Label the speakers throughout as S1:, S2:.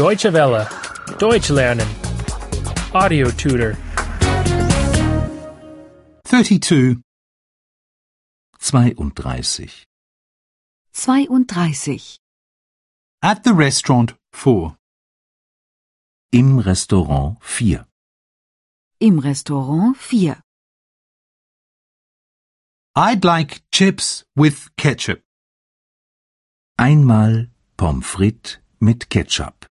S1: Deutsche Welle. Deutsch lernen. Audio tutor.
S2: 32. 32.
S3: 32.
S2: At the restaurant 4. Im Restaurant 4.
S3: Im Restaurant 4.
S2: I'd like chips with ketchup. Einmal Pommes frites mit Ketchup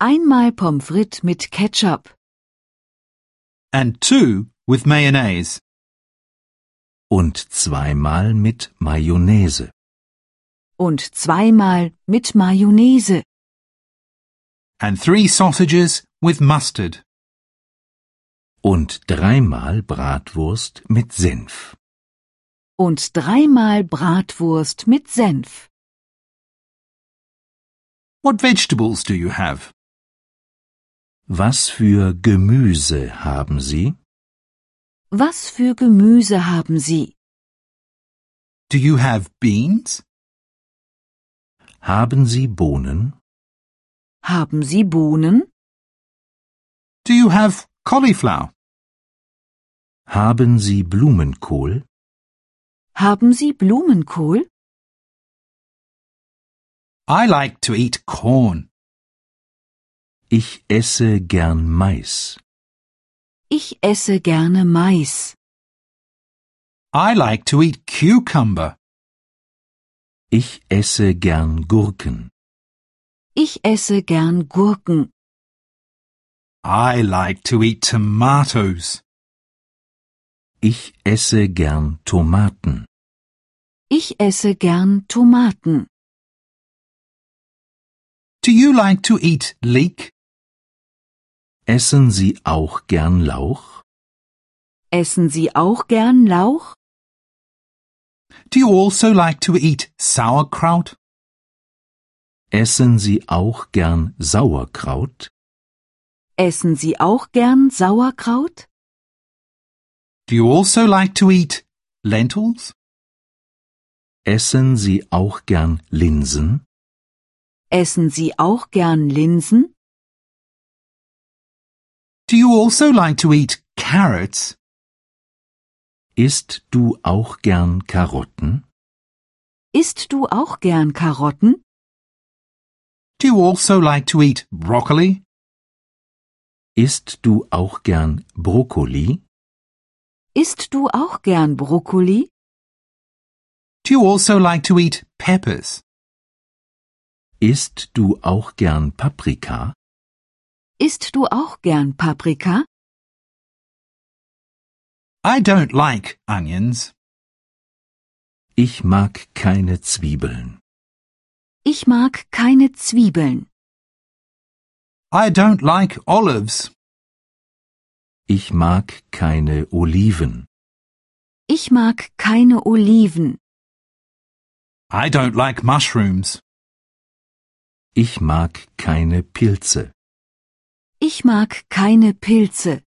S3: Einmal Pommes frites mit Ketchup
S2: and two with mayonnaise. und zweimal mit Mayonnaise.
S3: und zweimal mit Mayonnaise
S4: and three sausages with mustard.
S2: und dreimal Bratwurst mit Senf.
S3: und dreimal Bratwurst mit Senf.
S4: What vegetables do you have?
S2: Was für Gemüse haben Sie?
S3: Was für Gemüse haben Sie?
S4: Do you have beans?
S2: Haben Sie Bohnen?
S3: Haben Sie Bohnen?
S4: Do you have cauliflower?
S2: Haben Sie Blumenkohl?
S3: Haben Sie Blumenkohl?
S4: I like to eat corn.
S2: Ich esse gern Mais.
S3: Ich esse gerne Mais.
S4: I like to eat cucumber.
S2: Ich esse gern Gurken.
S3: Ich esse gern Gurken.
S4: I like to eat tomatoes.
S2: Ich esse gern Tomaten.
S3: Ich esse gern Tomaten.
S4: Do you like to eat leek?
S2: Essen Sie auch gern Lauch?
S3: Essen Sie auch gern Lauch?
S4: Do you also like to eat sauerkraut?
S2: Essen Sie auch gern Sauerkraut?
S3: Essen Sie auch gern Sauerkraut?
S4: Do you also like to eat lentils?
S2: Essen Sie auch gern Linsen?
S3: Essen Sie auch gern Linsen?
S4: Do you also like to eat carrots?
S2: Isst du auch gern Karotten?
S3: Isst du auch gern Karotten?
S4: Do you also like to eat broccoli?
S2: Isst du auch gern Brokkoli?
S3: Isst du auch gern Brokkoli?
S4: Do you also like to eat peppers?
S2: Isst du auch gern Paprika?
S3: Isst du auch gern Paprika?
S4: I don't like onions.
S2: Ich mag keine Zwiebeln.
S3: Ich mag keine Zwiebeln.
S4: I don't like olives.
S2: Ich mag keine Oliven.
S3: Ich mag keine Oliven.
S4: I don't like mushrooms.
S2: Ich mag keine Pilze.
S3: Ich mag keine Pilze.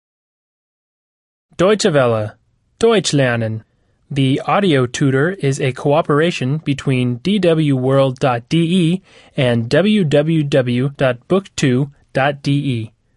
S1: Deutsche Welle. Deutsch lernen. The audio tutor is a cooperation between E dwworld.de and www.book2.de.